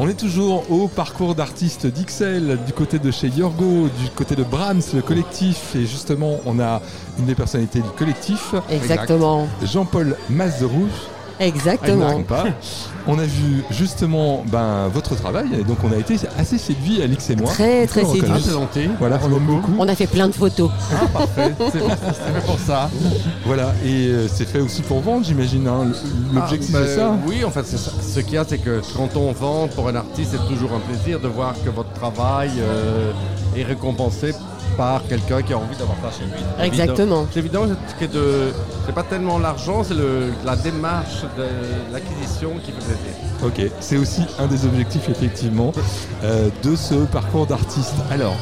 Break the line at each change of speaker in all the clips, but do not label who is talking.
On est toujours au parcours d'artistes d'Ixelles, du côté de chez Yorgo, du côté de Brahms, le collectif. Et justement, on a une des personnalités du collectif,
Exactement.
Jean-Paul Mazeroux. Ah, il
Exactement.
n'arrête pas. On a vu justement ben, votre travail et donc on a été assez séduits, Alix et moi.
Très,
Faut
très
le reconnaître.
séduit.
présenté.
Voilà, on aime beaucoup.
On a fait plein de photos.
Ah, parfait, c'est fait pour ça. Voilà, et euh, c'est fait aussi pour vendre, j'imagine. hein. L- L'objectif
Ah,
c'est
ben,
ça.
Oui, en fait, c'est ça. Ce qu'il y a, c'est que quand on vend pour un artiste, c'est toujours un plaisir de voir que votre travail euh, est récompensé par quelqu'un qui a envie d'avoir ça chez lui. C'est évident.
Exactement.
C'est évident que de... c'est pas tellement l'argent, c'est le- la démarche de l'acquisition qui fait plaisir.
Ok, c'est aussi un des objectifs effectivement euh, de ce parcours d'artiste. Alors,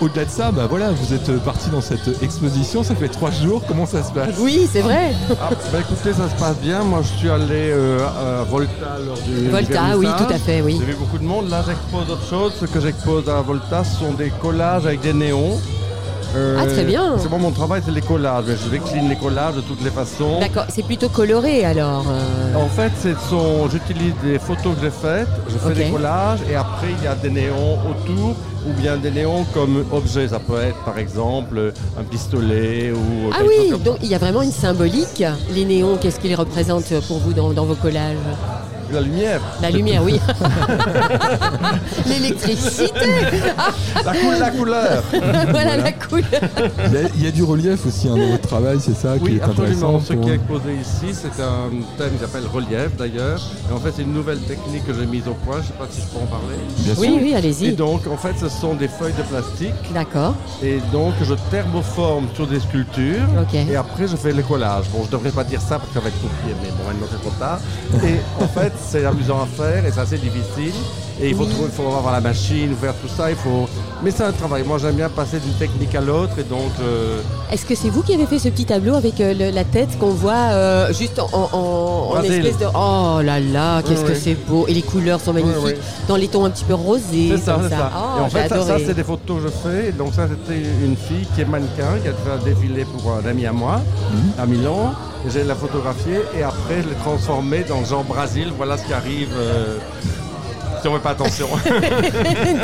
au-delà de ça, bah voilà, vous êtes parti dans cette exposition, ça fait trois jours, comment ça se passe
Oui, c'est vrai.
Ah, bah, écoutez, ça se passe bien. Moi, je suis allé euh, à Volta lors du. du
Volta, oui,
vernissage.
tout à fait, oui.
J'ai vu beaucoup de monde. Là, j'expose autre chose. Ce que j'expose à Volta, ce sont des collages avec des néons. Euh,
Ah, très bien.
C'est moi, mon travail, c'est les collages. Mais Je décline les collages de toutes les façons.
D'accord, c'est plutôt coloré alors. euh.
En fait, c'est son- j'utilise des photos que j'ai faites, je fais
Ok.
des collages et après il y a des néons autour ou bien des néons comme objet. Ça peut être par exemple un pistolet ou
Ah
quelque chose
oui,
comme-
donc il y a vraiment une symbolique. Les néons, qu'est-ce qu'ils représentent pour vous dans, dans vos collages
la lumière.
La lumière, oui. L'électricité, Ah
La, cou- la couleur.
voilà, la couleur.
il y, a, il y a du relief aussi hein, dans votre travail, c'est ça qui
Oui,
est intéressant.
absolument. Ce
pour-
qui est exposé ici, c'est un thème qui s'appelle relief d'ailleurs. Et en fait, c'est une nouvelle technique que j'ai mise au point. Je ne sais pas si je peux en parler.
Bien
Oui,
sûr.
oui,
Et
allez-y.
donc, en fait, ce sont des feuilles de plastique.
D'accord,
Et donc, je thermoforme sur des sculptures.
Ok.
Et après, je fais le collage. Bon, je devrais pas dire ça parce que ça va être copié, mais bon, maintenant c'est trop tard. Et en fait, c'est amusant à faire et c'est assez difficile. Et il faut, trouver, il faut avoir la machine, faire tout ça. Il faut... Mais c'est un travail. Moi, j'aime bien passer d'une technique à l'autre. Et donc, euh,
Est-ce que c'est vous qui avez fait ce petit tableau avec euh, le- la tête qu'on voit euh, juste en, en- en- en
Brasil.
espèce de... Oh là là, qu'est-ce
Ouais,
que
ouais.
c'est beau. Et les couleurs sont magnifiques,
ouais.
dans les tons un petit peu rosés.
c'est ça,
comme
c'est ça.
Oh,
et en
j'ai
fait, ça, ça,
adoré.
c'est des photos que je fais. Et Donc, ça, c'était une fille qui est mannequin, qui a fait un défilé pour un ami à moi,
Mhm.
à Milan. Et J'ai la photographiée et après, je l'ai transformée dans Jean Brasil. Voilà ce qui arrive. euh, Si on ne fait pas attention.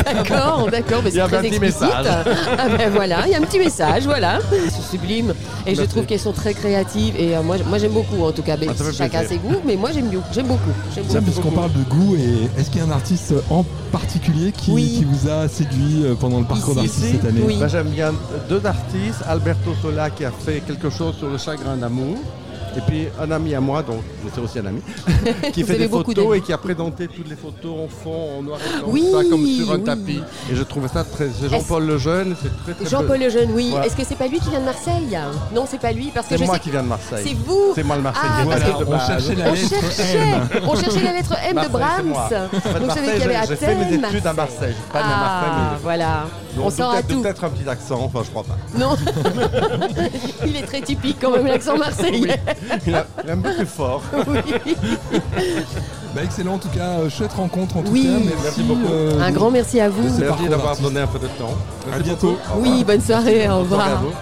D'accord, d'accord, mais
y
c'est
avait
très
un petit
explicite.
message.
Ah ben voilà, il y a un petit message, voilà. C'est sublime. Et je
Merci.
trouve qu'elles sont très créatives. Et euh, moi, moi j'aime beaucoup en tout cas. Mais
Ah, ça fait
chacun ses
plaisir.
goûts, mais moi j'aime bien- j'aime beaucoup. J'aime
Tiens,
beaucoup.
puisqu'on parle de goût, et est-ce qu'il y a un artiste en particulier qui,
Oui.
qui vous a séduit euh, pendant le parcours
Ici,
d'artiste
ici,
cette année
oui.
Bah, J'aime bien deux artistes, Alberto Sola qui a fait quelque chose sur le chagrin d'amour, et puis un ami à moi, donc je sais aussi un ami, qui
Vous
fait
avez
des
beaucoup
photos
d'amis.
et qui a présenté toutes les photos en fond, en noir et blanc,
Oui,
ça, comme sur un
oui.
tapis. Et je trouvais ça très. C'est Jean-Paul Lejeune, c'est très très.
Jean-Paul Lejeune, oui.
Voilà.
Est-ce que c'est pas lui qui vient de Marseille Non, c'est pas lui, parce que
C'est
je
moi
sais
qui
que
viens de Marseille.
c'est vous.
C'est moi le Marseillais.
Ah, parce
Voilà,
que-
de
on
base.
cherchait la
On
lettre
cherchait,
M.
on cherchait la lettre M de
Marseille, c'est
Brahms.
moi. En fait,
Donc je savais qu'il y avait
Marseille,
à
j'ai fait mes
Athènes,
études à Marseille. Je suis pas né à Marseille,
Ah,
mais-
voilà.
Donc,
on sort à
peut-être-
tout.
Peut-être un petit accent, enfin je crois pas.
Non. Il est très typique quand même l'accent marseillais.
Il a, il a un peu plus fort.
Oui.
Bah, excellent, en tout cas, euh, chouette rencontre en tout
Oui.
cas.
Merci beaucoup.
euh,
Un grand merci à vous.
C'est
Merci
parcours
d'avoir
d'artiste.
donné un peu de temps.
bientôt.
beaucoup. Au revoir.
Oui, bonne soirée, au revoir.
Bonne soirée à vous.